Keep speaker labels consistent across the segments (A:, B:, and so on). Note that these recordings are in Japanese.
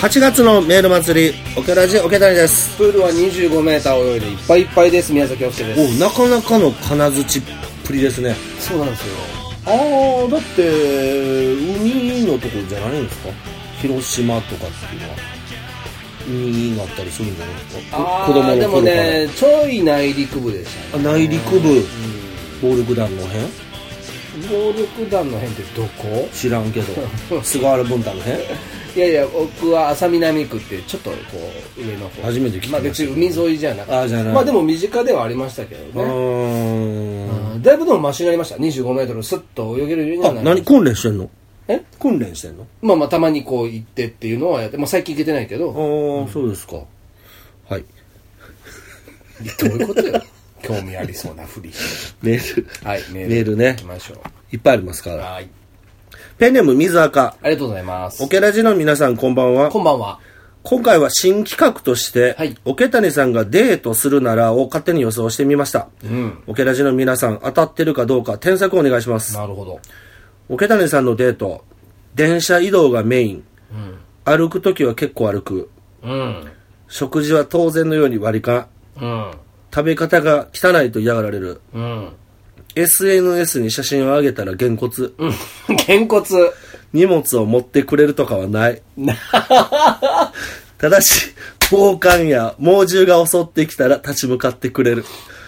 A: 8月のメール祭りオケラジオケダニです
B: プールは25メーター泳いでいっぱいいっぱいです。宮崎おきで
A: おう
B: す。
A: なかなかの金槌っぷりですね
B: そうなんですよ。
A: ああだって海のとこじゃないんですか広島とかっていうのは海があったりするんじゃないですか
B: あ
A: 子供の
B: ー
A: 頃
B: でも
A: から、
B: ね、ちょい内陸部でした
A: あ内陸部暴力団の辺
B: ね。暴力団の辺ってどこ
A: 知らんけど菅原文太の 辺
B: いやいや、僕は浅南区って、ちょっとこう、上の方。
A: 初めて聞きま
B: まあ
A: し
B: 別
A: た
B: に海沿いじゃなくて。
A: あーじゃない
B: まあでも身近ではありましたけどね。
A: うーん
B: うんだいぶでもマシになりました。25メートルスッと泳げるようには
A: あ
B: なりま
A: 何
B: した
A: 訓練してんの
B: え
A: 訓練してんの
B: まあまあたまにこう行ってっていうのはやって、まあ最近行けてない けど。
A: ああそうですかはい
B: どういうこと よ。興味ありそうなふり。
A: メール
B: はい、メール。
A: メールね
B: 行きましょ
A: いっぱいありますか
B: う。
A: ら
B: はい。
A: ペンネーム水垢
B: ありがとうございます
A: オ。ケラジの皆さんこんばんは
B: こんばんは。
A: 今回は新企画として、
B: はい
A: オケ谷さんがデートするならを勝手に予想してみました、
B: うん。
A: オケラジの皆さん当たってるかどうか添削お願いします
B: なるほど。
A: オケ谷さんのデート電車移動がメイン
B: うん。
A: 歩く時は結構歩く
B: うん。
A: 食事は当然のように割り勘
B: うん。
A: 食べ方が汚いと嫌がられる
B: うん。
A: SNS に写真を上げたらげんこつ
B: うん。げんこつ。
A: 荷物を持ってくれるとかはないただし暴漢や猛獣が襲ってきたら立ち向かってくれる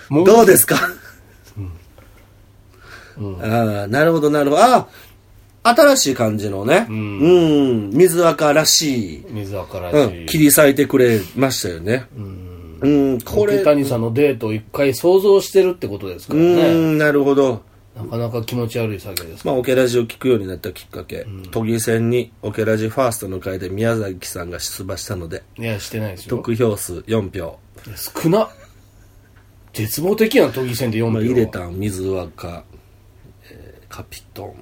B: 猛獣
A: どうですか、ああなるほどなるほどああ新しい感じのねうん、水垢らしい、
B: 水はから
A: う
B: し
A: ん、切り裂いてくれましたよねうん、これ
B: 池谷さんのデートを一回想像してるってことですか
A: う
B: らね。
A: んなるほど
B: なかなか気持ち悪い作業です。
A: まあ、オケラジを聞くようになったきっかけ、都議選にオケラジファーストの会で宮崎さんが出馬したので、
B: いや、してないですよ。
A: 得票数4票。
B: 少な。絶望的やん、都議選で4
A: まあ、
B: 秒は。
A: 入れたん、水若、えーカピトン。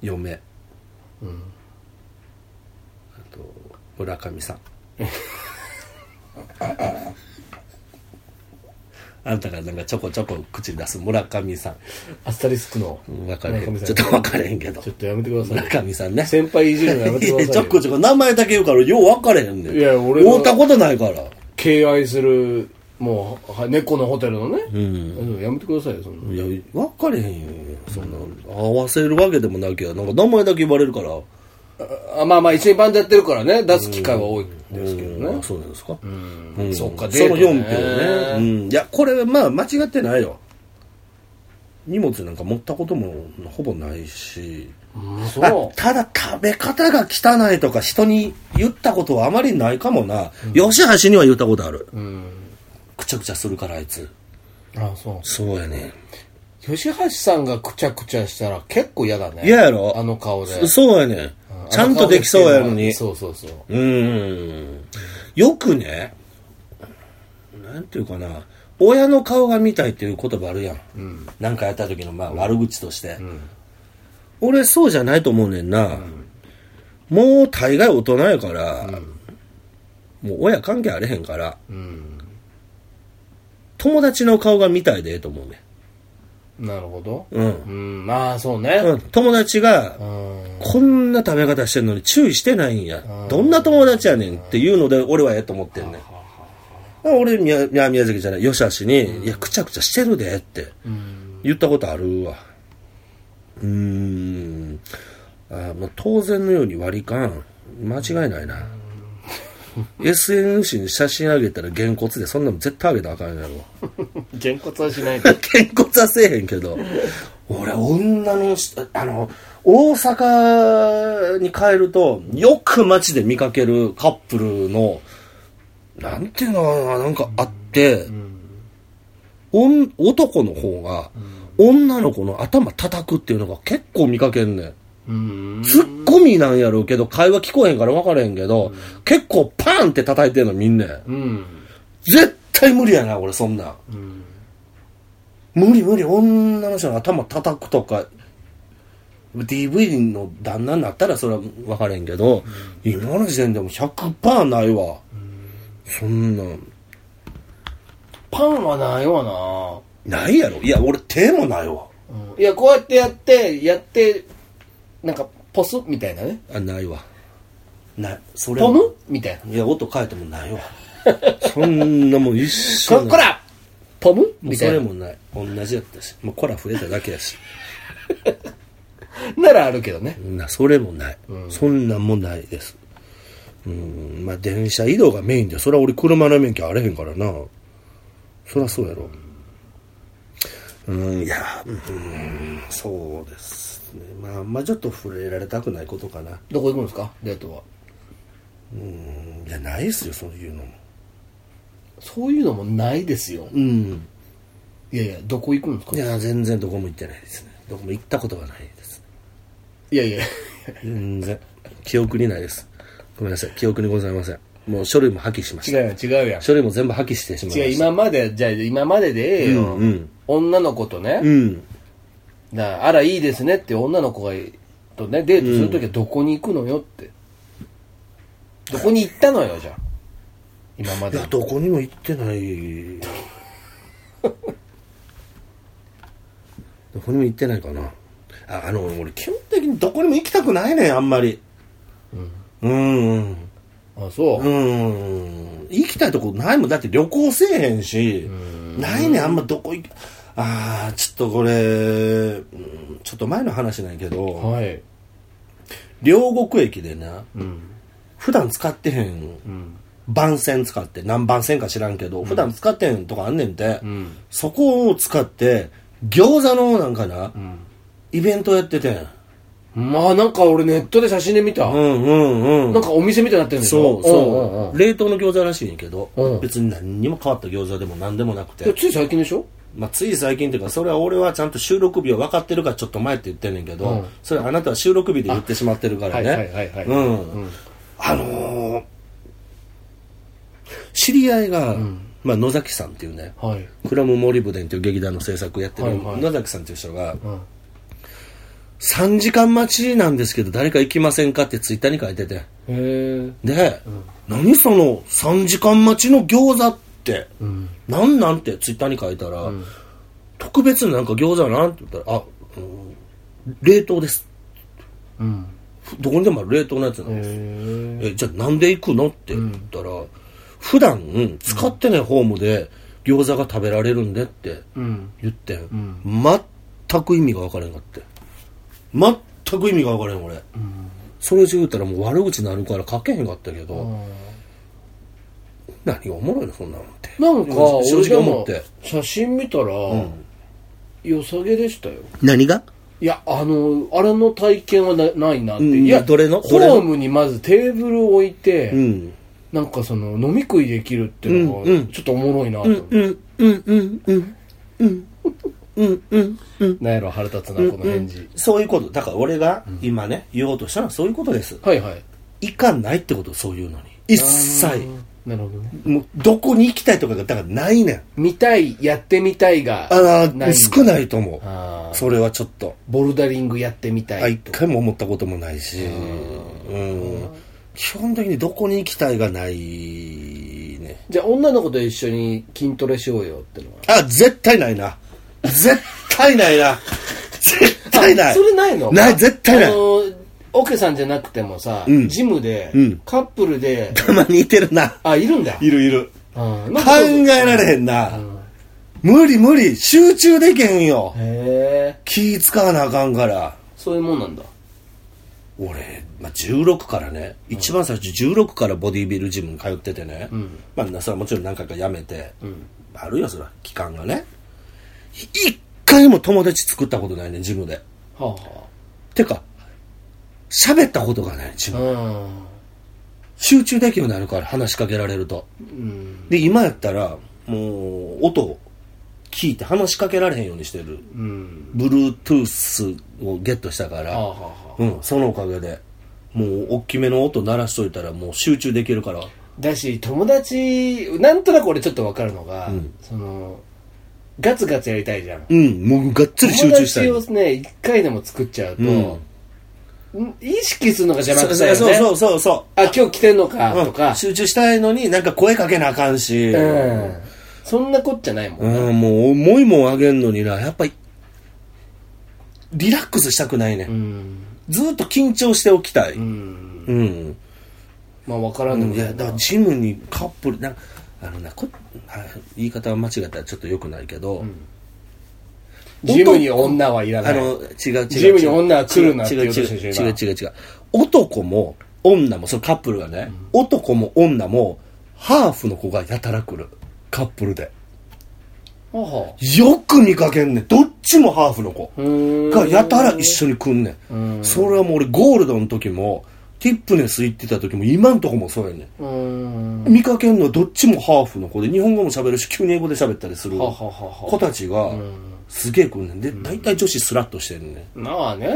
A: 嫁。あと、村上さん。 あんたがなんかちょこちょこ口に出す村上さん。
B: アスタリスクの。
A: 分かれへ
B: 村
A: ん
B: 上さ
A: ちょ
B: ん
A: っと分かれへんけど
B: ちょっとやめてください。
A: 村上さんね
B: 先輩いじるのやめてくださいよ。
A: ちょこちょこ名前だけ言うからよう分かれへんねん
B: いや俺は
A: 会ったことないから
B: 敬愛するもうは猫のホテルのね、うんやめてくださいよそんない
A: や分かれへんよそんな合わせるわけでもなきゃなんか名前だけ言われるから
B: あまあまあ一緒にバンドやってるからね出す機会は多いですけど
A: うん
B: ね
A: あそうなんですか
B: うん、
A: うん
B: そっか
A: その
B: デート
A: 4票ねうんいやこれはまあ間違ってないよ荷物なんか持ったこともほぼないし
B: うん
A: あ
B: そ
A: ただ食べ方が汚いとか人に言ったことはあまりないかもな、吉橋には言ったことある
B: ううん
A: くちゃくちゃするからあいつ
B: あそう
A: そうやね
B: 吉橋さんがくちゃくちゃしたら結構嫌だね
A: 嫌やろ
B: あの顔で
A: そうやねん
B: うん
A: ちゃんとできそうやの
B: あ
A: に
B: 顔でそうそうそう
A: うんよくねなんていうかな親の顔が見たいっていう言葉あるやん、なんかやった時のまあ悪口として、俺そうじゃないと思うねんな、もう大概大人やから、もう親関係あれへんから
B: うん
A: 友達の顔が見たいでと思うね
B: なるほど
A: うん
B: うんまあそうね
A: ん、うん、友達が
B: うん、
A: こんな食べ方してんのに注意してないんや。どんな友達やねんっていうので、俺はええと思ってんねん。俺、宮宮宮崎じゃない、吉橋に、いや、くちゃくちゃしてるでって
B: うん
A: 言ったことあるわ。うーん。あまあ、当然のように割り勘、間違いないな。SNS に写真あげたらげんこつで、そんなの絶対あげたらあかんやろ。
B: げんこつはしないで
A: げんこつはせえへんけど、俺、女の人、あの、大阪に帰ると、よく街で見かけるカップルの、なんていうのかな、なんかあって、おん男の方が、女の子の頭叩くっていうのが結構見かけんねん。
B: うん
A: ツッコミなんやろうけど、会話聞こえへんから分からへんけど、結構パンって叩いてんのみんな。
B: うん
A: 絶対無理やな、俺、そんなん。
B: うん
A: 無理無理女の人の頭叩くとか DV の旦那になったらそれは分からへんけど、今の時点でも100%ないわ、そんなん
B: パンはないわな
A: ないやろいや俺手もないわ
B: いや、こうやってやって、やって、なんかポスみたいなね
A: あないわなそれは
B: ポムみたい
A: いや音変えてもないわ そんなもん一緒
B: なここらポム
A: もう
B: み
A: そ
B: たい
A: れ
B: な
A: もない同じやったしもうこら増えただけやし
B: ならあるけどね
A: なそれもない、そんなんもないですうんまあ電車移動がメインでそれは俺車の免許あれへんからなそりゃそうやろうんいやうんそうですねまああんまちょっと触れられたくないことかな
B: どこ行くんですかデートは
A: うんいやないっすよそういうのも
B: そういうのもないですよ
A: うん
B: いやいやどこ行くんですか
A: いや全然どこも行ってないですねどこも行ったことがないです
B: いやいや
A: 全然記憶にないですごめんなさい記憶にございませんもう書類も破棄しまし
B: 違
A: た
B: うやん違うやん
A: 書類も全部破棄してしまいま
B: 違う
A: した
B: 今までじゃあ今まででええよ、
A: うんうん
B: 女の子とね、
A: うん
B: だからあらいいですねって女の子がとねデートするときはどこに行くのよって、どこに行ったのよじゃあ今ま
A: い
B: で
A: やどこにも行ってない どこにも行ってないかなああの俺基本的にどこにも行きたくないねんあんまりうん
B: あそう、
A: うん行きたいとこないもんだって旅行せえへんしないねんあんまどこ行きああちょっとこれ、うんちょっと前の話なんやけど、
B: はい
A: 両国駅でな
B: うん
A: 普段使ってへん
B: うん
A: 番線使って何番線か知らんけど、普段使ってへんとかあんねんて、
B: うん
A: そこを使って餃子のなんかな、イベントやっててん
B: まあなんか俺ネットで写真で見た、
A: うんうんう
B: なん
A: ん
B: かお店みたいになってるんでし
A: そ
B: ょ
A: うそう、
B: んんうん
A: 冷凍の餃子らしいんやけど、
B: うん
A: 別に何にも変わった餃子でも何でもなくて
B: でつい最近でしょ
A: まあ、つい最近っていうか、それは俺はちゃんと収録日を分かってるからちょっと前って言ってんねんけど、
B: うん
A: それあなたは収録日で言ってしまってるからね。
B: あはいはいはいはい
A: うん。あのー知り合いが、まあ、野崎さんっていうね、
B: はい
A: クラム・モリブデンっていう劇団の制作やってる
B: はいはい
A: 野崎さんっていう人が、
B: うん
A: 3時間待ちなんですけど誰か行きませんかってツイッターに書いてて。
B: へえ
A: で、何その3時間待ちの餃子って、なんなんてツイッターに書いたら、特別なんか餃子なんて言ったら、あ、うん冷凍です。
B: うん
A: どこにでもある冷凍のやつなん
B: へ
A: です。
B: え
A: え、じゃあなんで行くのって言ったら、普段使ってないホームで餃子が食べられるんでって
B: うん
A: 言ってん、全く意味がわからへんかって。全く意味がわからへん、俺。それ言うたらもう悪口になるから書けへんかったけど、何がおもろいのそんなのって
B: なんか
A: 正
B: 俺
A: 直
B: で
A: 思っ
B: も
A: て
B: 写真見たら、良さげでしたよ
A: 何が
B: いや、あの、あれの体験はなないなって。
A: うん
B: いや、
A: どれの
B: ホ
A: どれの
B: ームにまずテーブルを置いて、
A: うん
B: なんかその、飲み食いできるっていうの
A: うんう
B: が
A: ん、
B: ちょっとおもろいなと思って。
A: うんうんうんうん
B: なんやろ、腹立つな、この返事。
A: そういうことだから俺が今ね、言おうとしたのはそういうことです
B: はいはい。
A: 行かないってことそういうのに一
B: あ
A: 切
B: ー。なるほどね。
A: もうどこに行きたいとかがだからないねん
B: 見たい、やってみたいが、
A: あ
B: ないんだ
A: あ少ないと思う
B: あー
A: それはちょっと
B: ボルダリングやってみた
A: あ
B: い
A: 一
B: と。
A: 回も思ったこともないしうん基本的にどこに行きたいがないね
B: じゃあ、女の子と一緒に筋トレしようよってのは。
A: あ、絶対ないな。絶対ないな。絶対ない。
B: あそれないの
A: ない、絶対な
B: あ
A: い。
B: の、オケさんじゃなくてもさ、
A: ん
B: ジムで
A: うん、
B: カップルで、
A: たまにいてるな。
B: あ、いるんだ。
A: いるいる。
B: うん
A: 考えられへんな。無理無理。集中できへんよ。
B: へえ
A: 気使わなあかんから。
B: そういうもんなんだ
A: 俺、まあ、16からね、一番最初16からボディビルジムに通っててね、まあ、それはもちろん何回か辞めて、あるよ、それは期間がね。一回も友達作ったことないね、ジムで。
B: はあは
A: てか、喋ったことがない、自分。
B: あ
A: 集中できるようになるから、話しかけられると。
B: うん
A: で、今やったら、もう、音を聞いて話しかけられへんようにしてる。
B: うん
A: Bluetooth をゲットしたか
B: はあは
A: ら、
B: あはあ
A: うん、そのおかげで、もう、大きめの音鳴らしといたら、もう集中できるから。
B: だし友達なんとなく俺ちょっと分かるのが、そのガツガツやりたいじゃん
A: うん、もうがっつり集
B: 友
A: 中した
B: 達
A: い
B: を
A: の。
B: ね一回でも作っちゃうと、ん意識するのが邪魔
A: そ
B: く
A: う
B: さいよね
A: そうそうそ
B: あ今日来てんのか
A: う。
B: とか
A: うん、集中したいのになんか声かけなあかんし。
B: うん、そんなこっちゃないもん、
A: うん、もう、もいもんあげんのにな、やっぱり、リラックスしたくないね。
B: うん。
A: ずっと緊張しておきたい。うんん。
B: まあ、わからんでも
A: いや、だからジムにカップル、なんかあのなこ、あ言い方が間違ったらちょっと良くないけど、
B: ジムに女はいらな
A: あ
B: い。
A: の、違う違う違う。
B: ジムに女は来るなって
A: 違う
B: 言おうと
A: 違う
B: してる
A: 違う違う違う。男も女も、そのカップルがね、男も女も、ハーフの子がやたら来る。カップルで。
B: ほうほ
A: よく見かけんねん。どっちもハーフの子
B: う。。うーん
A: がやたら一緒に来んねん。それはもう俺ゴールドの時も、ティップネス行ってた時も今んとこもそうやねん。
B: うーん。
A: 見かけんのはどっちもハーフの子で、日本語も喋るし、急に英語で喋ったりする
B: はははは
A: 子たちが、すげえ来んねん。で、大体女子スラッとしてんねん。
B: まあね。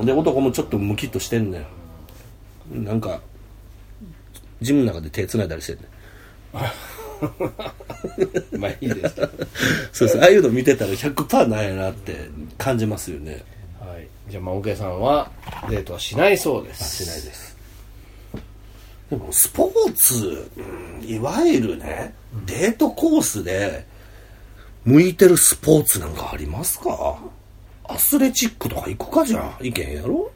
A: うん、で男もちょっとムキッとしてんねんなんかジムの中で手繋いだりしてん ねん
B: まあいいですけど。
A: そうそうああいうの見てたら100%なんやなって感じますよね
B: はい。じゃあ、まあ、オケさんは、デートはしないそうです。
A: しないですでもスポーツ、うんいわゆるねデートコースで向いてるスポーツなんかありますかアスレチックとか行くかじゃん行けへんやろ、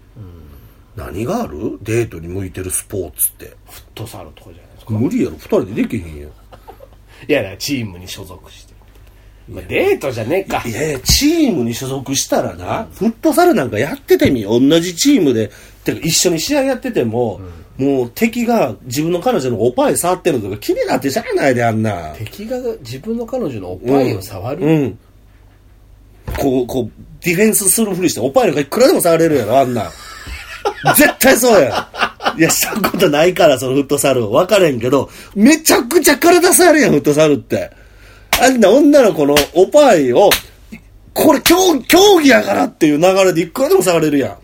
A: 何があるデートに向いてるスポーツって
B: フットサルとかじゃないですか。
A: 無理やろ二人でできへんやん
B: いやいや、チームに所属して。まあ、デートじゃねえか
A: い。やいや、チームに所属したらな、フットサルなんかやっててみよ。同じチームで、てか一緒に試合やってても、もう敵が自分の彼女のおっぱい触ってるのとか気になってじゃあないであんな。
B: 敵が自分の彼女のおっぱいを触る、
A: うん。こう、こう、ディフェンスするふりして、おっぱいなんかいくらでも触れるやろ、あんなん。絶対そうや。いや、したことないから、そのフットサル。分かれんけど、めちゃくちゃ体触るやん、フットサルって。あんな女の子のおっぱいを、これ競競技やからっていう流れでいくらでも触れるや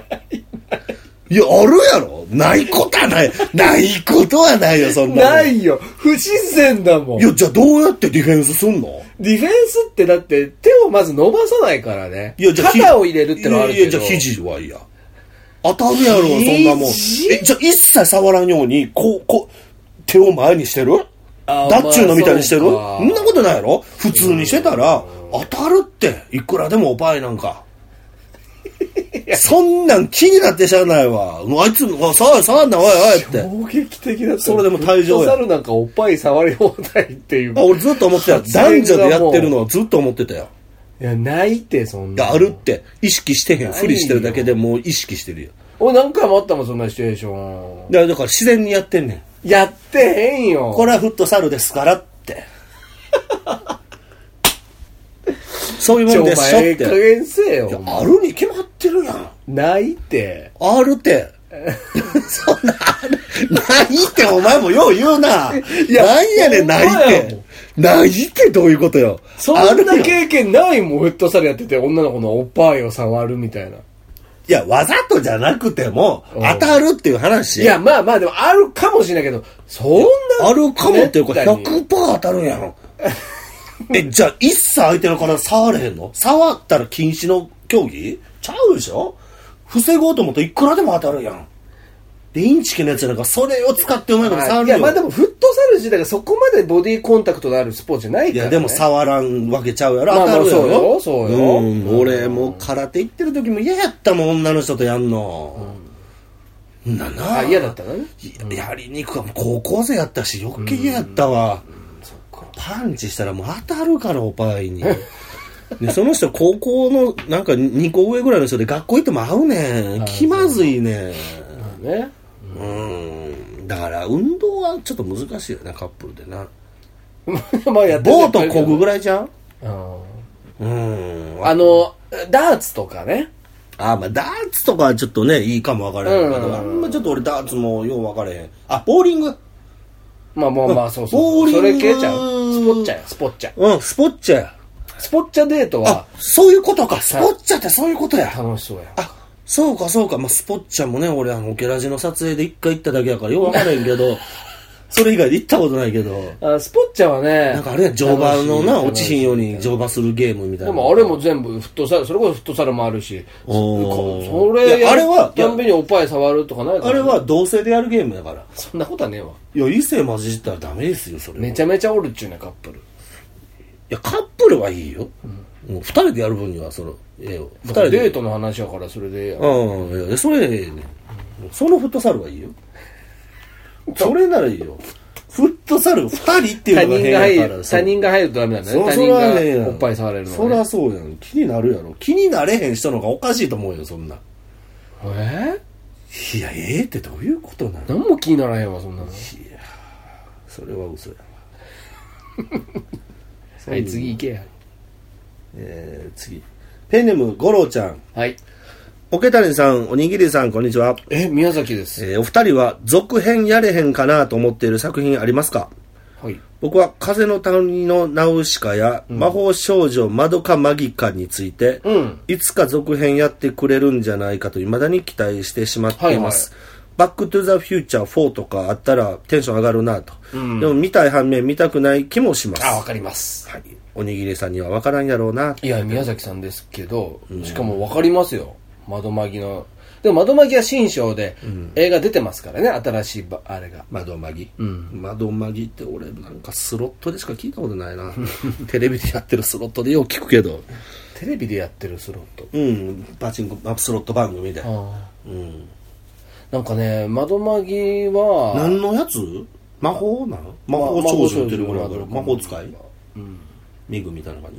A: ん。いや、あるやろないことはない。ないことはないよ、そんなもん。
B: ないよ不自然だもん
A: いや、じゃあどうやってディフェンスすんの
B: ディフェンスってだって手をまず伸ばさないからね
A: いや、じゃあ、
B: 肩を入れるってのはあるけど
A: いや、いやじゃあ、肘はいいや。当たるやろ、そんなもん。
B: 肘
A: え、じゃあ、一切触らんように、こう、こう、手を前にしてる
B: あー
A: ダッチューのみたいにしてる、
B: まあ
A: そ
B: そうんか
A: なことないやろ普通にしてたら、当たるって、いくらでもおばいなんか。そんなん気になってしゃあないわ。あいつ、あ触ん触んな、おいおいって。
B: 攻撃的だった
A: それでも退場や
B: フットサルなんかおっぱい触り放題っていう
A: あ俺ずっと思ってたよ。男女でやってるの
B: い
A: はずっと思ってたよ。
B: やないってそんな
A: あるって、意識してへん。
B: ないよ
A: ふりしてるだけでもう意識してるよ。
B: 俺何回もあったもんそんなシチュエーション
A: だからだから自然にやってんねん。
B: やってへんよ
A: これはフットサルですからって。 そういう
B: ち
A: も
B: ょ
A: ん
B: お
A: でしょっ
B: 前ええ加
A: て。
B: 減せえよ
A: いやあるに決まってるやん。
B: ないって
A: あるって。 そんな、あるないってお前もよう言うな。
B: いや
A: なんやねん、ないっ
B: ほん
A: て。ないってどういうことよ。
B: そ
A: ある
B: んな
A: よ
B: 経験ないもんフットサルやってて女の子のおっぱいを触るみたいない
A: や、わざとじゃなくても、
B: うん
A: 当たるっていう話。
B: いや、、まあまあ、でもあるかもしれないけど、そんな。
A: あるかもっていうか、
B: めったに
A: 100%当たるんやろ。え、じゃあ、一切相手の体触れへんの触ったら禁止の競技ちゃうでしょ防ごうと思っていくらでも当たるやん。で、インチキのやつなんか、それを使ってうまいこと触
B: い
A: るよ。
B: や、まあでも、フットサル自体がそこまでボディコンタクトのあるスポーツじゃな
A: い
B: いから、
A: や、
B: ね。
A: でも触らんわけちゃうやろ。
B: まあ
A: 当たるやろ。
B: そうよそうよ
A: ん、俺、もう空手行ってる時も嫌やったもん、女の人とやんの。ん、なな
B: あ、嫌だったのね。
A: いややりにくかも高校生やったし余計嫌やったわ、
B: そっか。
A: パンチしたらもう当たるからおっぱいに でその人高校のなんか2個上ぐらいの人で学校行っても合うねん気まずいねん
B: ね。
A: うんだから運動はちょっと難しいよなカップルでな
B: まあやって
A: ボートこぐぐらいじゃん
B: うん
A: うん
B: あの、ダーツとかね。
A: あまあダーツとかはちょっとねいいかも分からへんけど、
B: うん
A: あんまちょっと俺ダーツもよう分からへんあボーリング
B: まあまあまあ、そうそ
A: ボー
B: う。
A: リン
B: そ
A: グ
B: れ系ちゃう。スポッチャや、スポッチャ。
A: うんスポッチャや
B: スポッチャデート
A: あ
B: は、
A: そういうことかスポッチャってそういうことや
B: 楽しそうや。
A: あそうかそうか、まあ、スポッチャもね俺あのオケラジの撮影で一回行っただけやからよう分からへんけど それ以外で行ったことないけど
B: あスポッチャはね。
A: なんかあれや乗馬のな
B: 楽しい
A: 落ちひんように乗馬するゲームみたいな
B: でもあれも全部フットサル、それこそフットサルもあるし、
A: おー
B: それ
A: いや
B: や
A: あれは
B: たんびにおっぱい触るとかないから、
A: あれは同性でやるゲームやから
B: そんなことはねえわ。
A: いや異性混じったらダメですよそれ
B: めちゃめちゃおるっちゅうね、カップル。
A: や、カップルはいいよ。もう二人でやる分には、その、ええよ。二
B: だから
A: 人
B: デー
A: で。
B: トの話やからそれでええやん
A: うん、いや、それええねんそのフットサルはいいよ。 それならいいよ。フットサル二人ってい
B: 他
A: うのが変
B: 人が
A: や
B: 入
A: から
B: る
A: そ
B: 他
A: う
B: 人が入るとダメなんだね
A: そ
B: 他
A: そらね
B: 人がおっぱい触れるの
A: そ
B: ね
A: らそうやん気になるやろ気になれへん人の方がおかしいと思うよそんな
B: え
A: いやええってどういうことなの
B: 何も気にならへんわそんなの
A: それは嘘やわ
B: はい次行けや
A: えー、次ペンネーム五郎ちゃん
B: はい
A: ポケタリさんおにぎりさんこんにちは、
B: え宮崎です
A: えーお二人は続編やれへんかなと思っている作品ありますか
B: はい
A: 僕は「風の谷のナウシカ」や「魔法少女マドカマギカ」について、
B: うん
A: いつか続編やってくれるんじゃないかと未だに期待してしまっています、バック・トゥ・ザ・フューチャー4とかあったらテンション上がるなと、
B: うん
A: でも見たい反面見たくない気もします、
B: あわかります
A: はい、おにぎりさんには分からんやろうない
B: や宮崎さんですけどしかもわかりますよ窓マギのでも窓マギは新章で映画出てますからね新しいばあれが
A: 窓マギ、
B: うん
A: 窓マギって俺なんかスロットでしか聞いたことないな テレビでやってるスロットでよう聞くけど
B: テレビでやってるスロット
A: うんパチンコあスロット番組で、
B: あ
A: うん、
B: なんかね窓マギは
A: 何のやつ魔法なの魔法少女っていうぐらいだから魔法使い
B: うん
A: メグみたいな感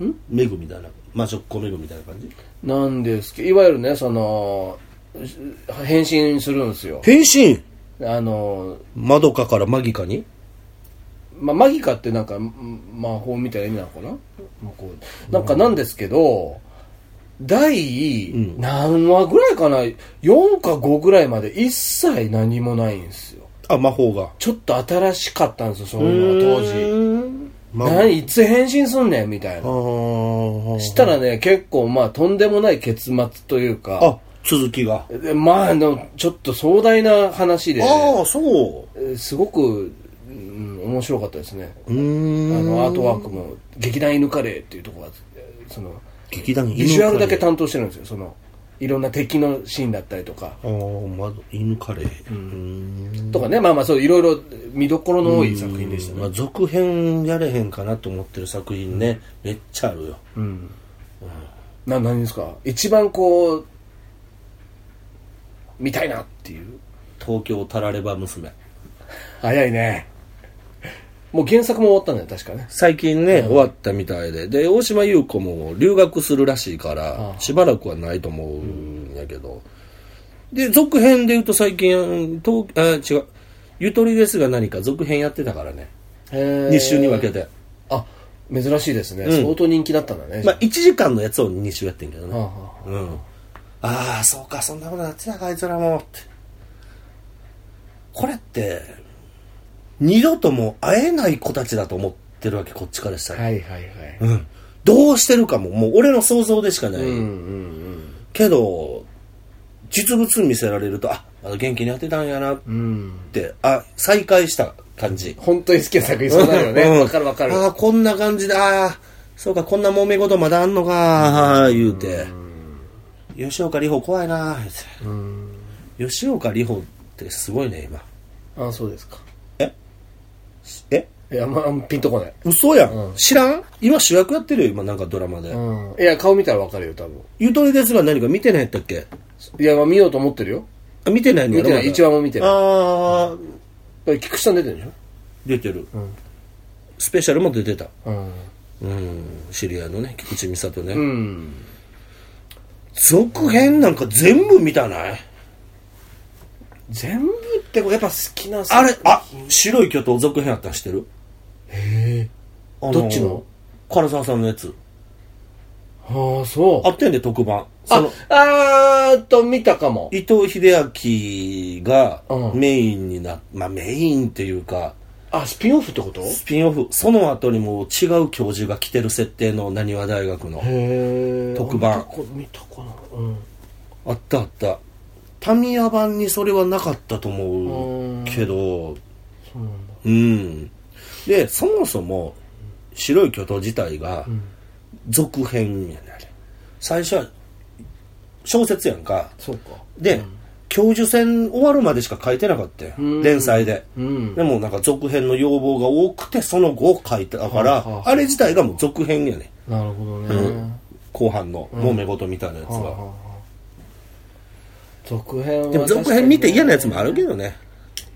A: じんメグみたいな魔女っ子メグみたいな感じ
B: なんですけどいわゆるねそのし変身するんですよ
A: 変身
B: あの、
A: マドカからマギカに
B: ま、マギカってなんかん魔法みたいな意味なのかな魔法なんかなんですけど第
A: うん
B: 何話ぐらいかな4か5ぐらいまで一切何もないんですよ
A: あ魔法が
B: ちょっと新しかったんですよそういうのが当時
A: 時魔法
B: 何いつ変身すんねんみたいな
A: ああ
B: したらね結構まあとんでもない結末というか
A: あ続きがあ
B: でまあでもちょっと壮大な話で、
A: あーそ
B: えーすごく、うん、面白かったですね
A: ううー
B: あ
A: ん
B: のアートワークも劇団犬カレーっていうところがえーその
A: 劇団犬
B: ビジュアルだけ担当してるんですよそのいろんな敵のシーンだったりとか、
A: ああ窓犬カレーうーん
B: とかねまあまあそういろいろ見どころの多い作品でした
A: まあ、
B: ね
A: 続編やれへんかなと思ってる作品ね、めっちゃあるよ
B: うん、な何ですか一番こう見たいなっていう
A: 東京タラレバ娘
B: 早いねもう原作も終わったんだよ確かね
A: 最近ね、終わったみたいでで大島優子も留学するらしいから
B: あ
A: しばらくはないと思うんやけど、で続編で言うと最近東あ違うゆとりですが何か続編やってたからね
B: へー
A: 2週に分けて、
B: あ珍しいですね、
A: うん
B: 相当人気だったんだね、
A: まあ、1時間のやつを2週やってんけど
B: はあ
A: ね、
B: は
A: うん、ああそうかそんなことやってたかあいつらもってこれって二度とも会えない子たちだと思ってるわけこっちからした
B: あ
A: ら、
B: はいはいはい、
A: うん、どうしてるかももう俺の想像でしかない、
B: うんうん
A: けど実物見せられるとあまだ元気にやってたんやなっ
B: うんうん
A: て、あ再会した感じ
B: 本当に好きな作品そうなるよね
A: うん
B: わ、かるわかる
A: ああこんな感じでああそうかこんな揉め事まだあんのか言うて吉岡里帆怖いな言う
B: うん
A: て吉岡里帆ってすごいね今
B: あそうですか
A: え
B: いやまあピンとこない、
A: 嘘やん、
B: うん
A: 知らん今主役やってるよ今なんかドラマで、
B: うん、いや顔見たらわかるよ多分
A: ゆとりですが何か見てないやったっけ
B: いやまあ見ようと思ってるよ
A: あ見てないの
B: 見
A: やろ
B: てない
A: まだ
B: 一話も見てないだか
A: ああ
B: ら菊池さん出てるでし
A: 出てる、
B: ん
A: スペシャルも出てた
B: ょうん、
A: うん知り合いのね菊池美里ね、
B: うん、
A: 続編なんか全部見たない
B: 全部ってやっぱ好きな
A: あれあ白い巨頭続編あったん知ってるへえ
B: どっちの
A: 唐沢さんのやつ
B: ああそう
A: あってんで特番そ
B: あ
A: の
B: あーっと見たかも
A: 伊藤英明が
B: うん
A: メインにな、まあメインっていうか
B: あスピンオフってこと
A: スピンオフその後にもう違う教授が来てる設定のなにわ大学の
B: へえ
A: 特番
B: 見たかなうん
A: あったあったタミヤ版にそれはなかったと
B: う
A: 思
B: ん
A: うけど
B: そうなんだ
A: うんでそもそも白い巨頭自体が続編やねんあれ最初は小説やんか
B: そうか
A: で、教授戦終わるまでしか書いてなかったよ
B: ん
A: 連載で、
B: うん
A: でもなんか続編の要望が多くてその後書いただから、
B: はあはあ
A: あれ自体がもう続編やね
B: なるほどね、
A: ん後半の揉め事みたいなやつが、
B: はあはあはあ続編は
A: でも続編見て嫌なやつもあるけどね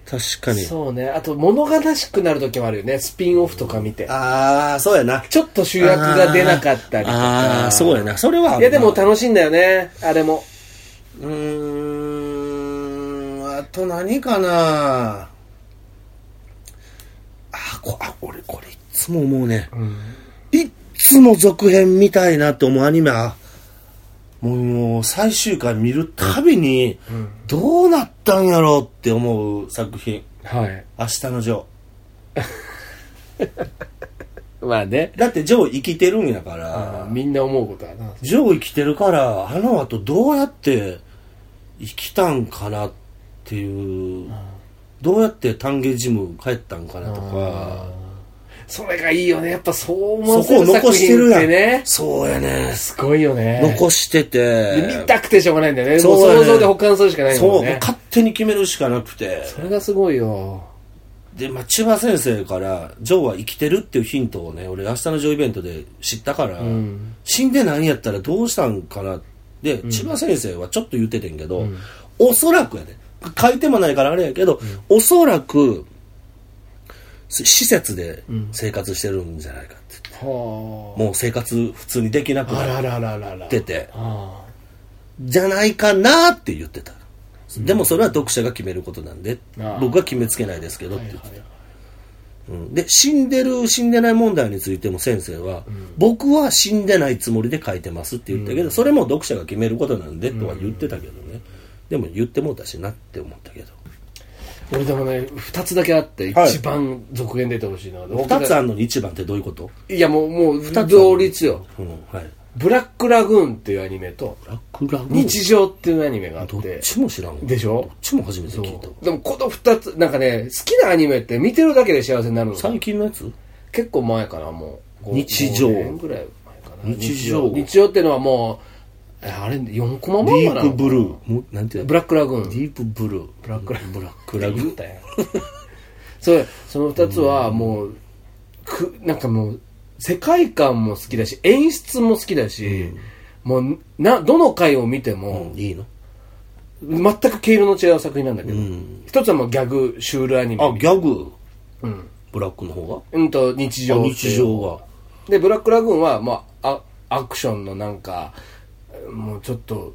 A: 確かに
B: そうねあと物悲しくなる時もあるよねスピンオフとか見て
A: ああそうやな
B: ちょっと主役が出なかったりと
A: あ
B: か
A: ーあーそうやなそれはあるない
B: やでも楽しいんだよねあれも
A: うーんあと何かなあこあ俺これいつも思うねいっつも続編見たいなって思うアニメはもうもう最終回見るたびにどうなったんやろうって思う作品
B: はい
A: 「明日のジョー
B: まあね」
A: だってジョー生きてるんやから
B: あーみんな思うことはな
A: ジョー生きてるから、あの後どうやって生きたんかなっていう、どうやって丹下ジム帰ったんかなとか、
B: それがいいよねやっぱそう思
A: そこ
B: わせ
A: を
B: る
A: 残
B: 作
A: して
B: 品
A: る
B: って
A: や
B: ね
A: ん。そうやね。
B: すごいよね
A: 残して
B: で見
A: て、
B: たくてしょうがないんだよね
A: そう
B: も
A: そうう
B: 想像で保管するしかない
A: そ
B: もん
A: う、
B: ね
A: 勝手に決めるしかなくて。
B: それがすごいよ
A: で、まあ、千葉先生から、ジョーは生きてるっていうヒントをね、俺、明日のジョーイベントで知ったから、
B: ん
A: 死んでないんやったらどうしたんかなで、千葉先生はちょっと言っててんけど、おそらくやで、書いてもないからあれやけど、おそらく、す施設で生活してるんじゃないかって。
B: は
A: もう生活普通にできなく
B: ああ
A: なっ
B: ららららら
A: てて、
B: あ
A: じゃないかなって言ってた。でもそれは読者が決めることなんで
B: あー、
A: 僕は決めつけないですけど
B: あ
A: っ
B: は
A: て
B: い
A: 言っ
B: は
A: て
B: い
A: た。うんで死んでる死んでない問題についても先生は、僕は死んでないつもりで書いてますって言ったけど、それも読者が決めることなんでとは言ってたけどね、でも言ってもうたしなって思ったけど
B: 俺でもね2つだけあって
A: はい
B: 一番続編出てほしいのは
A: 2つあんのに一番ってどういうこと、
B: いやもうもう
A: つある
B: 同率よ
A: うんはい、
B: ブラックラグーンっていうアニメと
A: 楽楽
B: 日常っていうアニメがあっ
A: どってちも知らんわ
B: でし
A: ど
B: ょ
A: っちも初めて
B: そ
A: 聞いう
B: でもこの2つなんかね好きなアニメって見てるだけで幸せになるの
A: た最近のやつ
B: 結構前かなもうご
A: 日常
B: ご年ぐらい前かな
A: 日常
B: 日常っていうのはもうえあれ4コ
A: デ
B: マ漫
A: ィ
B: 画なの
A: ープブル
B: ー
A: ーもうなんていうの
B: ブラックラグーン
A: ディープブルーブ
B: ラックラ
A: ブラック
B: ク
A: ラ
B: ラ
A: グ
B: グ
A: ーン
B: たよそれその2つはもうくなんかもう世界観も好きだし演出も好きだし、もうなどの回を見ても、
A: いいの
B: 全く毛色の違う作品なんだけど、
A: ん
B: 一つはもうギャグシュールアニメ
A: あギャグ
B: うん、
A: ブラックの方
B: うんと日
A: が
B: 常
A: あ
B: っていう
A: 日常が
B: でブラックラグーンは、まあ、あアクションのなんかもうちょっと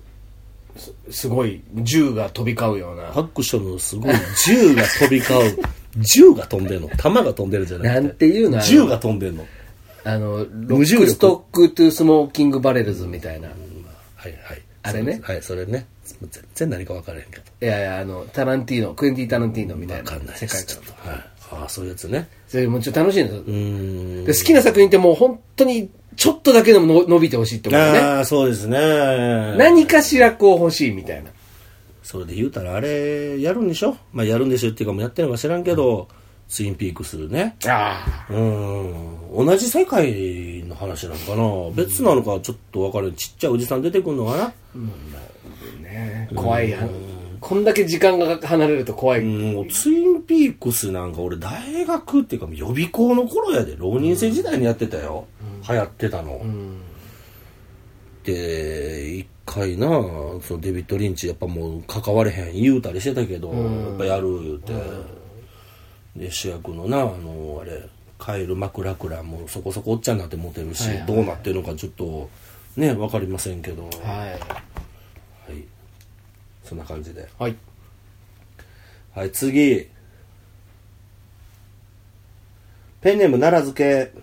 B: すすごい銃が飛び交うような
A: アクションのすごい銃が飛び交 う。銃が飛んでんの弾が飛んでるじゃな
B: ないんていうのあの
A: 銃が飛んでんの。
B: あの、ロ
A: 無重
B: ッ
A: 力
B: クストックトゥスモーキングバレルズみたいな。
A: はいはい。
B: あれね
A: はい、それね。全然何か分からへんけど。
B: いやいや、あの、タランティーノ、クエンティ・タランティーノみたい
A: 分
B: な。
A: かんない
B: 世
A: で
B: 界
A: す。
B: 観
A: ちょ。っとはい。ああ、そういうやつね。
B: それもちょっと楽しいんです
A: うーん。
B: で好きな作品ってもう本当に、ちょっとだけでもの伸びてほしいってことね。
A: ああ、そうですね。
B: 何かしらこう欲しいみたいな。
A: それで言うたら、あれ、やるんでしょまあ、やるんでしょっていうか、もうやってるのか知らんけど、ツインピークするね。
B: ああ。
A: うーん。同じ世界の話なのかな別なのかちょっと分からん。ちっちゃいおじさん出てくんのかな
B: ね怖いやん。こんだけ時間が離れると怖い。
A: もうツインピークスなんか俺大学っていうか予備校の頃やで浪人生時代にやってたよ、流行ってたの、で一回なそのデビッド・リンチやっぱもう関われへん言うたりしてたけど、やっぱやる言うて、で主役のなあのあれカエル・マクラクラもそこそこおっちゃんになってモテるし、
B: はいはい
A: どうなってるのかちょっとね分かりませんけど、は、
B: はい
A: そんな感じで
B: い。はい。
A: はい、次。ペンネーム奈良漬け。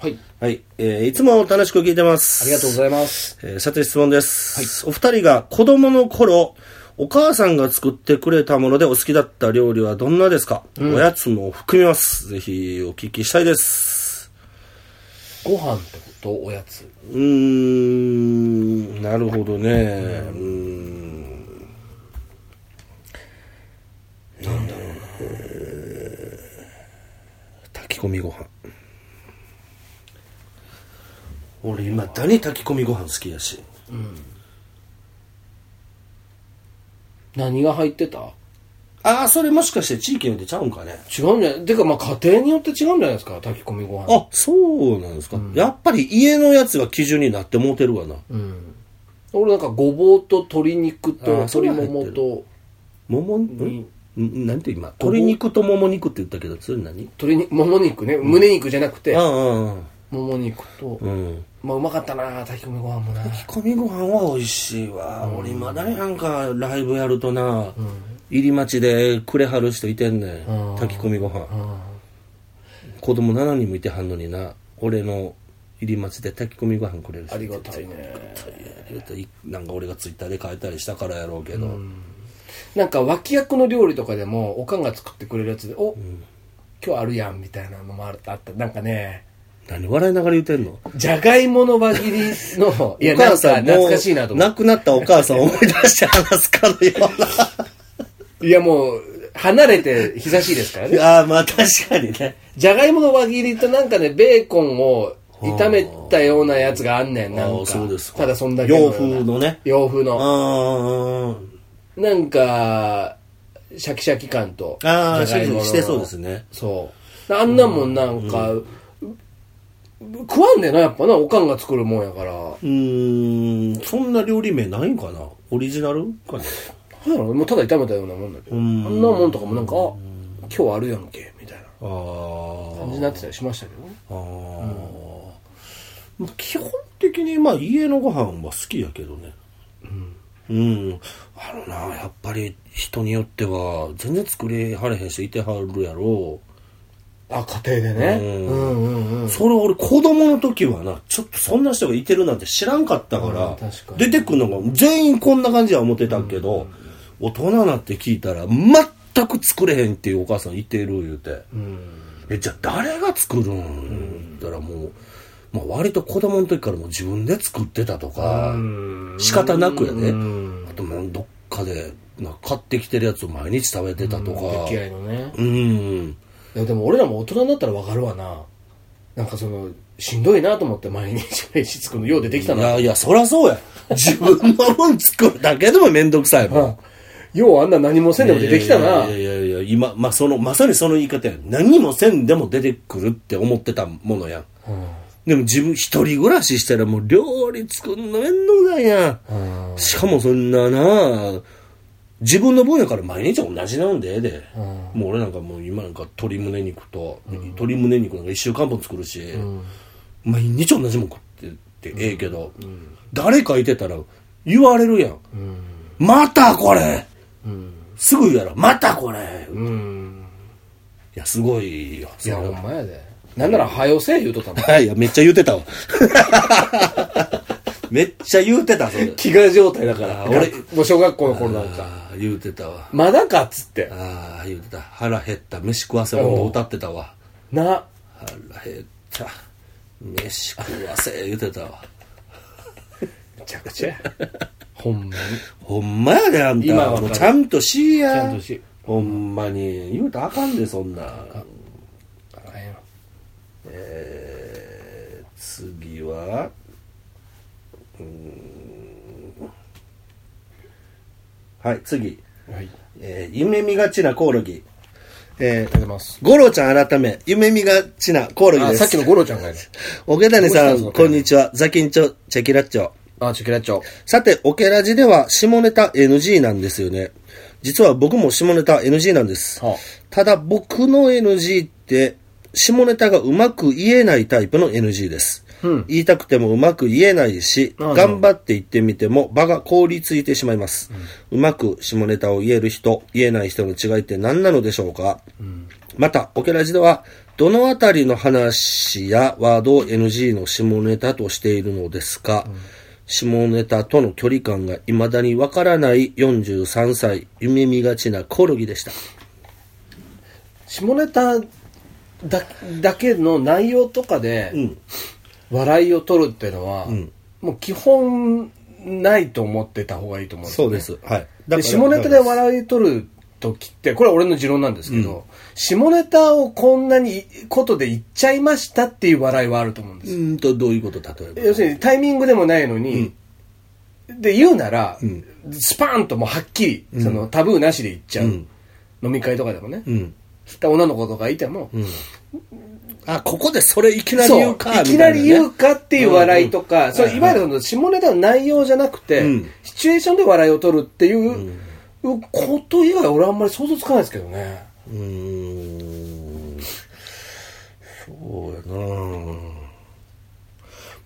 B: はい。
A: はい、えーいつも楽しく聞いてます。
B: ありがとうご
A: い
B: ざいます。
A: ます。えーさて質問です。お二人が子供の頃、お母さんが作ってくれたものでお好きだった料理はどんなですか、おやつも含みます。ぜひお聞きしたいです。
B: ご飯ってことおやつ。
A: うーん、なるほどね。うーん。炊き込みご飯俺今だに炊き込みご飯好きやし、
B: 何が入ってた
A: ああ、それもしかして地域によってちゃうんかね。
B: 違うんじゃないてかまあ家庭によって違うんじゃないですか炊き込みご飯
A: あ、そうなんですか。やっぱり家のやつが基準になってもうてるわな。
B: うん俺なんかごぼうと鶏肉と
A: あそれ
B: 鶏
A: は入
B: も
A: ってる
B: も
A: もも、
B: と
A: んんなんて今、鶏肉ともも肉って言ったけど、それ何
B: 鶏にもも肉ね胸肉じゃなくて
A: ああ、
B: もも肉と
A: うん。
B: まあうまかったな炊き込みご飯もな
A: 煮込みご飯は美味しいわ。俺まだになんかライブやるとな、入り待ちでくれはる人いてんね
B: うん
A: ん。炊き込みご飯。
B: うん
A: 子供7人もいてはんのにな、俺の入り待ちで炊き込みご飯くれる人
B: ありがたいね
A: ありがたいなんか俺がツイッターで書いたりしたからやろうけど。
B: なんか脇役の料理とかでもおかんが作ってくれるやつでお今日あるやんみたいなのもあるあったなんかね
A: 何笑いながら言うてんの
B: じゃがいもの輪切りのい や
A: お
B: な
A: 母
B: んか
A: さんも
B: 懐かしいなと思っ
A: 亡くなったお母さんを思い出して話すかのよ
B: ていやもう離れて久しいですから
A: う
B: ね
A: な。ああ、まあ確かにね。
B: じゃがいもの輪切りとなんかね、ベーコンを炒めたようなやつがあんねん、なん
A: あ
B: か。
A: あそうですか
B: ただそんだけのような。
A: 洋風のね
B: 洋風
A: あ
B: の。なんか、シャキシャキ感と。
A: あ、ああ、
B: じゃがいもの
A: してそうです。ね。
B: そう。あんなもんなんか、食わんねんな、やっぱな、おかんが作るもんやから。
A: うーん、そんな料理名ないんかなオリジナルかな
B: なんやろもうただ炒めたようなもんだけど。あ
A: うん
B: んなもんとかもなんか、あ今日あるやんけ、みたいな
A: ああ。
B: 感じになってたりしましたけどね。
A: ああ、まあ基本的にまあ家のご飯は好きやけどねうん、あのなやっぱり人によっては全然作りはれへん人いてはるやろ、
B: あ、家庭でね。
A: うん
B: うんうんうん。
A: それ俺子供の時はなちょっとそんな人がいてるなんて知らんかったから、
B: うん確かに
A: 出てくるのが全員こんな感じは思ってたけど、大人になって聞いたら全く作れへんっていうお母さんいてる言うて、
B: うん
A: えじゃあ誰が作るん、だからもう、まあ、割と子供の時からもう自分で作ってたとか、仕方なくやね、
B: うん
A: あともうどっかでなんか買ってきてるやつを毎日食べてたとか
B: 出来合いのね
A: うん、
B: いやでも俺らも大人になったら分かるわななんかそのしんどいなと思って毎日飯作るのよう出てきた
A: い
B: な
A: やいやそりゃそう や自分の分作るだけでも面倒くさいもん、
B: うんようあんな何もせんでも出てきたない
A: やいやいやいや今、まあ、そのまさにその言い方や何もせんでも出てくるって思ってたものやんでも自分一人暮らししたらもう料理作るの面倒くさいやん
B: うん
A: しかもそんなな自分の分野から毎日同じなんでええで、
B: うん
A: もう俺なんかもう今なんか鶏胸肉と、鶏胸肉なんか1週間分作るし、毎日同じもん食っててええけど、誰かいてたら言われるやん、またこれ
B: うん
A: すぐ言うやろまたこれ、い
B: うん
A: やすごいよ
B: い
A: そ
B: や
A: れは
B: ほんまやでなんなら「はよせ」言うとったもん
A: はいいやめっちゃ言うてたわ めっちゃ言うてたそれ
B: 飢餓状態だから
A: あ俺
B: 俺もう小学校の頃なんか
A: あー言うてたわ
B: まだかっつって
A: ああ言うてた腹減った飯食わせ音歌ってたわ
B: な
A: 腹減った飯食わせ言うてたわ
B: めちゃくちゃや ほんまに
A: ほんまやであんた
B: 今はわかる
A: もうちゃんとしいや
B: ちゃんとし
A: ほんまに言うたらあかんでそんな
B: あかんやろ
A: えー、次はうーんはい次、
B: はいありが
A: えー夢見がちなコオロギえ
B: とうござ
A: ー
B: います
A: ゴロちゃん改め、夢見がちなコオロギ
B: あ
A: です。
B: さっきの五郎ちゃんがいる
A: 桶谷さん、
B: どうしたんですか
A: こんにちは。ザキンチョ、チェキラッチョ。
B: あチョキラッチョ
A: さて、オケラジでは下ネタ NG なんですよね。実は僕も下ネタ NG なんです。
B: はあ
A: ただ僕の NG って、下ネタがうまく言えないタイプの NG です。
B: うん
A: 言いたくてもうまく言えないし、
B: ああ
A: 頑張って言ってみても場が凍りついてしまいます。うまく下ネタを言える人、言えない人の違いって何なのでしょうか、また、オケラジでは、どのあたりの話やワードを NG の下ネタとしているのですか、下ネタとの距離感が未だにわからない43歳、夢見がちなコオロギでした。
B: 下ネタだだけの内容とか
A: う
B: で
A: ん。
B: 笑いを取るっていうのは、
A: ん
B: もう基本ないと思ってた方がいいと思うん
A: そうで
B: ね
A: す。はい。
B: で下ネタで笑い取る時ってこれは俺の持論なんですけど、下ネタをこんなにことで言っちゃいましたっていう笑いはあると思うんで
A: う
B: すよ、
A: ーんと、どういうこと例えば。
B: 要するにタイミングでもないのに、で、言うなら、
A: うん
B: スパーンともうはっきり、
A: ん
B: そのタブーなしで行っちゃう。
A: うん
B: 飲み会とかでもね。
A: うん。
B: だから女の子とかいても、
A: うん。あ、ここでそれいきなり言
B: そう
A: うか、
B: いきなり言う
A: か。
B: かっていう笑いとか、
A: ん
B: そ
A: は
B: れ
A: い
B: い
A: は
B: わ
A: い
B: ゆるその下ネタの内容じゃなくて、
A: うん
B: シチュエーションで笑いを取るっていううこと以外俺あんまり想像つかないですけどね。
A: うーん。そうやな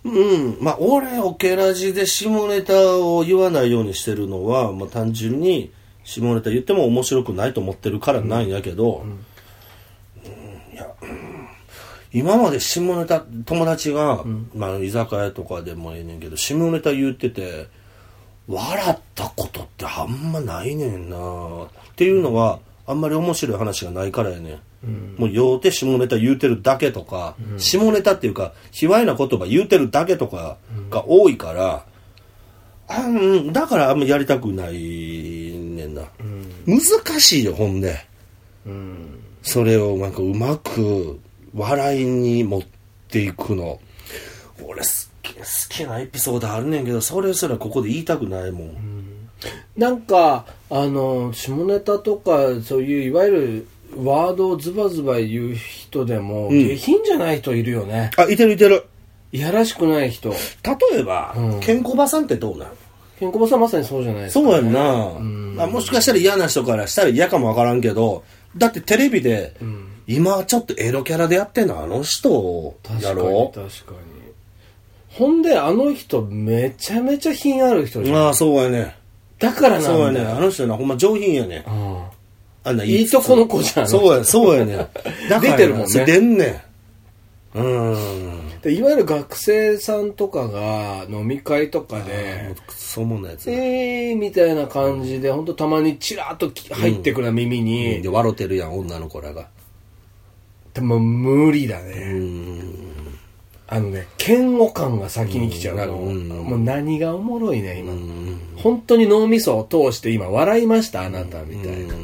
A: うん。まあ、俺、オケラジで下ネタを言わないようにしてるのは、まあ、単純に、下ネタ言っても面白くないと思ってるからなんやけど、うんいやうん今まで下ネタ、友達が、まあ、居酒屋とかでもええねんけど、下ネタ言ってて、笑ったことってあんまないねんなっていうのは、あんまり面白い話がないからやね、ん、もう酔うて下ネタ言うてるだけとか、下ネタっていうか卑猥な言葉言うてるだけとかが多いから、あんだからあんまやりたくないねんな、難しいよほんで
B: うん。
A: それをなんかうまく笑いに持っていくの俺好き好きなエピソードあるねんけどそれすらここで言いたくないもん、
B: なんか、あの、下ネタとか、そういういわゆるワードをズバズバ言う人でも、
A: ん
B: 下品じゃない人いるよね。
A: あいてるいてる
B: いやらしくない人。
A: 例えば、
B: うん
A: ケンコバさんってどうなの
B: ケンコバさんまさにそうじゃないですか、
A: そうやんな、
B: ん
A: あもしかしたら嫌な人からしたら嫌かもわからんけどだってテレビで、
B: ん
A: 今ちょっとエロキャラでやってんのあの人
B: 確か
A: や
B: に
A: ろ
B: 確かにほんであの人めちゃめちゃ品ある人じゃん
A: ああそうやね
B: だからなんだ
A: そうやね
B: よ
A: あの人なほんま上品やね
B: うん
A: あんない
B: いとこの子じゃん
A: そうやそうやねだから
B: 出てるも んね
A: そう出んねんうん
B: でいわゆる学生さんとかが飲み会とかで
A: クソもんなやつ、
B: えーみたいな感じで、ほんとたまにチラッとき入ってくるな耳に、
A: で笑ってるやん女の子らが
B: でも無理だね、
A: うん
B: あのね嫌悪感が先に来ちゃうの、
A: うん
B: もう何がおもろいね今、
A: うん
B: 本当に脳みそを通して今笑いましたあなたみたいな、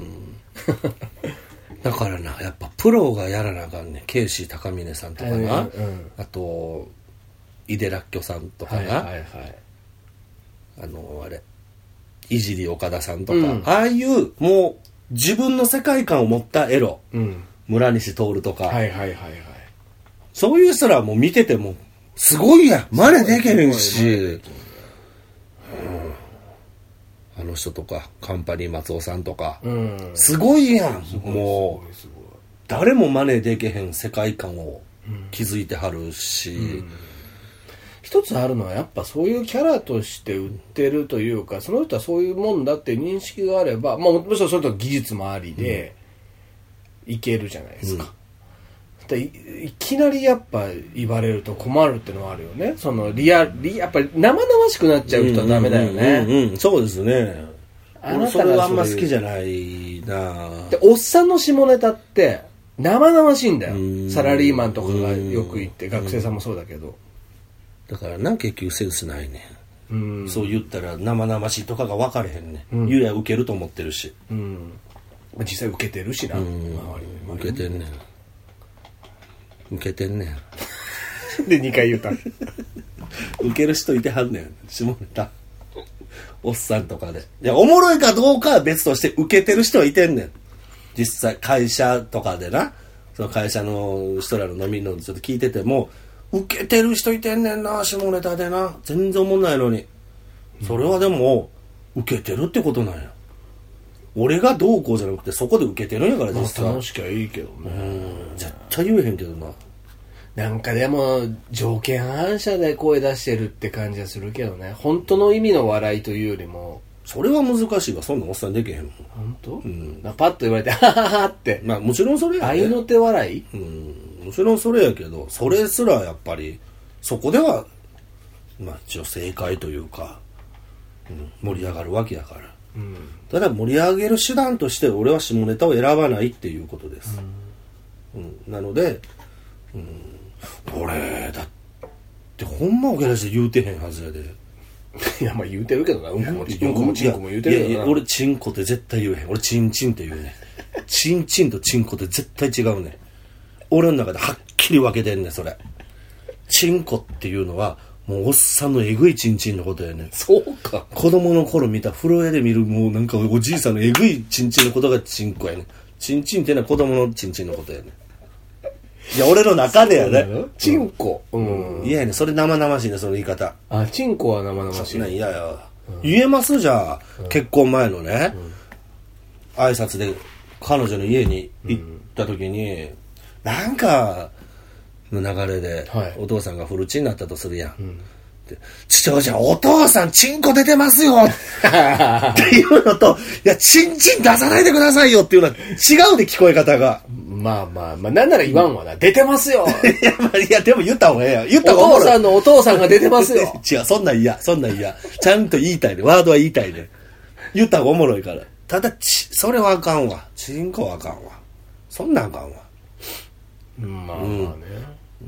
A: だからなやっぱプロがやらなあかんねんケイシー高峰さんとかな、
B: はいうん
A: あと井出らっきょさんとか
B: はい
A: な、
B: はいはい
A: あのあれいじり岡田さんとか、
B: うん
A: ああいうもう自分の世界観を持ったエロ
B: うん
A: 村西徹とか、
B: はいはいはいはい
A: そういう人らはもう見ててもすごいやん真似できへんし、うんあの人とかカンパニー松尾さんとか、
B: うん
A: すごいやんもう
B: すごい
A: 誰も真似できへん世界観を築いてはるし、
B: 一つあるのはやっぱそういうキャラとして売ってるというかその人はそういうもんだっていう認識があれば、まあ、もちろんそれと技術もありで、いけるじゃないですか、でいいきなりやっぱ言われると困るってのはあるよねそのリアリやっぱり生々しくなっちゃう人はダメだよね、
A: うんうんうんうんそうですね
B: あ
A: 俺
B: な
A: そ
B: たが
A: れはあんま
B: そ
A: 好
B: れ
A: きじゃないな
B: でおっさんの下ネタって生々しいんだ
A: うん
B: よサラリーマンとかがよく言って学生さんもそうだけど
A: だからな結局センスないね、
B: うん
A: ん、そう言ったら生々しいとかが分かれへんね、
B: ん
A: ん、ゆうや受けると思ってるし、
B: うんまあ実際受けてるしな周り
A: うん、受けてんねん受けてんねん
B: で2回言った
A: 受ける人いてはんねん下ネタおっさんとかでいやおもろいかどうかは別として受けてる人はいてんねん実際会社とかでなその会社の人らの飲みのちょっと聞いてても受けてる人いてんねんな下ネタでな全然おもんないのにそれはでも受けてるってことなんや俺がどうこうじゃなくてそこで受けてるんやから実際
B: 楽しきゃいいけどね
A: うん絶対言えへんけどな
B: なんかでも条件反射で声出してるって感じはするけどね本当の意味の笑いというよりも
A: それは難しいわそんなんおっさんできへんもん
B: 本当、なんかパッと言われて「 ははは」って
A: まあもちろんそれや
B: 合いの手笑い
A: うんもちろんそれやけどそれすらやっぱりそこではまあ一応正解というか、うん、盛り上がるわけやから
B: うん
A: ただ盛り上げる手段として俺は下ネタを選ばないっていうことです、うんなので、うん、俺だってほんまおけなしで言うてへんはずやで
B: いやまあ言うてるけどなうんこもちんこもちんこも言うて
A: い
B: る
A: や
B: け
A: い
B: ど
A: や
B: な
A: 俺チンコって絶対言えへん俺チンチンって言うねんチンチンとチンコって絶対違うねん俺の中ではっきり分けてんねんそれチンコっていうのはもうおっさんのえぐいチンチンのことやねん
B: そうか。
A: 子供の頃見た風呂屋で見るもうなんかおじいさんのえぐいチンチンのことがチンコやねんチンチンってのは子供のチンチンのことやねんいや俺の中でやね
B: チンコ。うん。
A: いやいやねそれ生々しいねその言い方
B: あ、チンコは生々しい。
A: いやいや、言えますじゃあ、結婚前のね、挨拶で彼女の家に行った時に、なんかの流れで、
B: はい
A: お父さんがフルチンになったとするやん、で父親じゃんお父さんチンコ出てますよっていうのといやチンチン出さないでくださいよっていうのは違うで聞こえ方が
B: まあまあまあ、なんなら言わんわな。出てます よ
A: いや,、まあ、いやでも言った方がええやん言っ
B: お
A: た方がおもろ
B: 父
A: い
B: さんのお父さんが出てますよ
A: 違う、そんなん嫌、そんなん嫌。ちゃんと言いたいね。ワードは言いたいね。言った方がおもろいから。ただ、ち、それはあかんわ。チンコはあかんわ。そんなんあかんわ。
B: うんまあま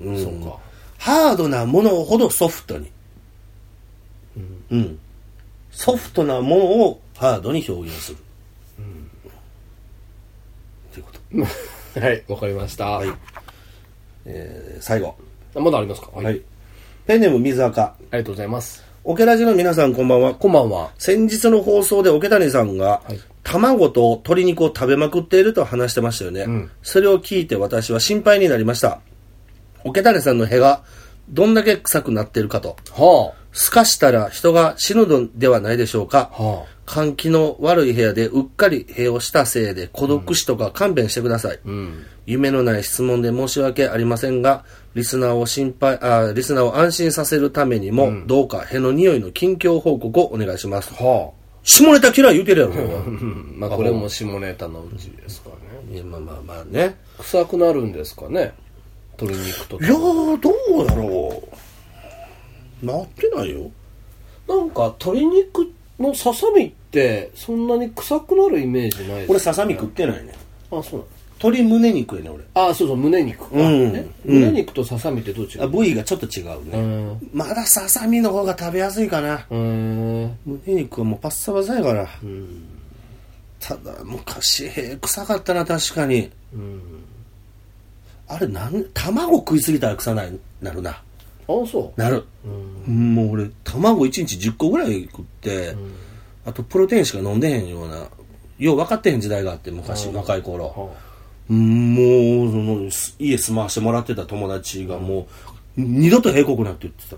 B: あね。そうか。
A: ハードなものほどソフトに。うん。ソフトなものをハードに表現する。うん。ということ。
B: はい、わかりました。はい。
A: えー最後。
B: まだありますかは。
A: はいい。ペンネーム水垢。
B: ありがとうございます。
A: オケラジの皆さんこんばんは。
B: こんばんは。
A: 先日の放送で桶谷さんが、
B: はい
A: 卵と鶏肉を食べまくっていると話してましたよね、
B: ん
A: それを聞いて私は心配になりました桶谷さんの毛がどんだけ臭くなっているかと
B: は
A: すかしたら人が死ぬのではないでしょうか、
B: あ。はあ。
A: 換気の悪い部屋でうっかり塀をしたせいで孤独死とか勘弁してください、
B: うん。
A: 夢のない質問で申し訳ありませんが、リスナーを心配、あリスナーを安心させるためにも、どうかへの匂いの近況報告をお願いします。
B: は
A: 下ネタ嫌い言うてるやろ、これは
B: あ。 うん。まあこれも下ネタのうちですかね。
A: いや、まあまあまあね。
B: 臭くなるんですかね鶏肉と
A: い
B: か
A: やー、どうだろう。なってないよ。
B: なんか鶏肉のささみってそんなに臭くなるイメージないです
A: 俺、ささみ食ってないね。
B: あそうなの
A: 鶏胸肉やね、俺。
B: あそうそう胸肉か、
A: うん
B: ね胸肉とささみってどっちが
A: あ部位がちょっと違う
B: う
A: ね。
B: んう
A: まだささみの方が食べやすいかな。
B: ーん
A: 胸肉はもうパッサパサやから。ただ、昔、へー臭かったな、確かに。
B: うん
A: あれ、なん、卵食いすぎたら臭ない、なるな。
B: あそ
A: なる。
B: ううん
A: もう俺、卵1日10個ぐらい食って、あとプロテインしか飲んでへんような、よう分かってへん時代があって、昔、若い頃。
B: は
A: うんもう、その、す家住まわしてもらってた友達がもう、二度と閉国なって言って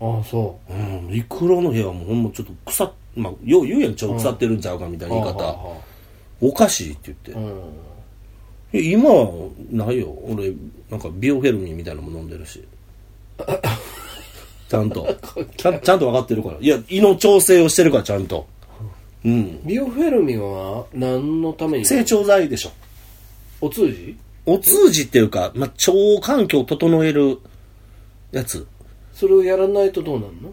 B: ああそ
A: た。うん、イクロの部屋はもうほんまちょっと腐っ、まあ、よう言うやん、ちょ、腐ってるんちゃうかみたいうな言い方。
B: はあは
A: おかしいって言
B: あ
A: っ
B: うん
A: て。いや今はないよ。俺、なんかビオフェルミンみたいなのも飲んでるし。ちゃんと。ちゃんちゃんと分かってるから。いや、胃の調整をしてるから、ちゃんと。うん。
B: ビオフェルミンは何のために
A: 成長剤でしょ。
B: お通じ
A: お通じっていうか、まあ、腸環境を整えるやつ。
B: それをやらないとどうなるの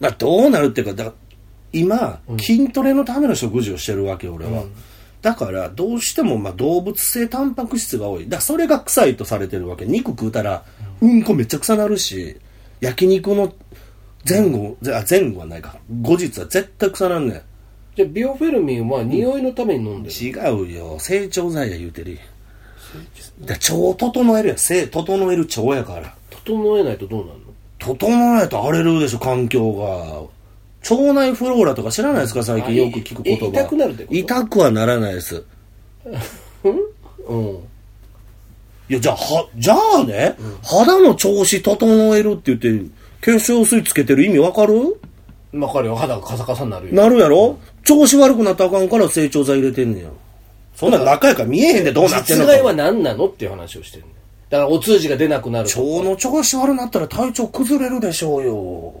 A: まあ、どうなるっていうか、だ今、筋トレのための食事をしてるわけ、俺は。だから、どうしても、まあ、動物性タンパク質が多い。だからそれが臭いとされてるわけ。肉食うたら、うんこめっちゃ臭なるし、焼肉の前後、ぜあ、前後はないか。後日は絶対臭なんねん。
B: じゃあビオフェルミンは匂いのために飲んでる、
A: 違うよ成長剤や言うてるやんだ腸整えるやん性整える腸やから
B: 整えないとどうなるの
A: 整えないと荒れるでしょ環境が腸内フローラとか知らないですか最近よく聞く言葉
B: え痛くなるってこと
A: 痛くはならないです
B: うん
A: いやじゃあはじゃあね、肌の調子整えるって言って化粧水つけてる意味わかる
B: わかるよ肌がカサカサになるよ
A: なるやろ調子悪くなったらあかんから成長剤入れてんねやそんなん中やから見えへんでどうなってん
B: 実
A: の
B: 害は何なのっていう話をしてるのだからお通じが出なくなる
A: 腸の調子悪なったら体調崩れるでしょう
B: あ
A: よ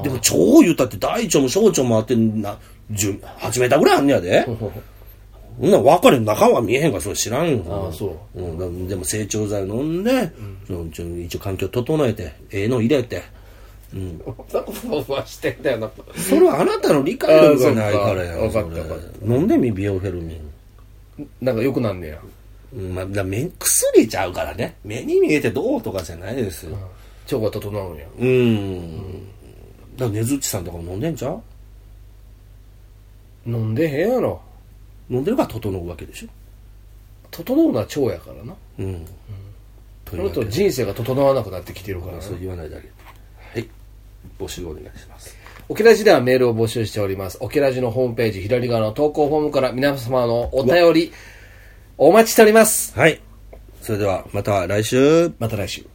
B: あ
A: でも腸言ったって大腸も小腸もあってな10 8メーターぐらいあんねやでそんなん分かれん中は見えへんからそれ知らんよ、
B: ああそう
A: ん、だでも成長剤飲んで、そのちょ一応環境整えてええの入れて
B: ふわふわふわしてんだよな
A: それはあなたの理解力がないからや
B: ああそっか
A: それ
B: わかったわかっ
A: 飲んでみビオフェルミン
B: なんかよくなんねや
A: うんまあ、だ目薬ちゃうからね目に見えてどうとかじゃないですよ
B: 腸が整うんや
A: うん、だからねずっちさんとかも飲んでんちゃう
B: 飲んでへんやろ
A: 飲んでるから整うわけでしょ
B: 整うのは腸やからな
A: うん。と
B: そ
A: いう
B: れ
A: わけ
B: と
A: で
B: 人生が整わなくなってきてるからな
A: そう言わないだけ。はい。募集お願いします。
B: オケラジではメールを募集しております。オケラジのホームページ左側の投稿フォームから皆様のお便り、お待ちしております。
A: はい。それでは、また来週。
B: また来週。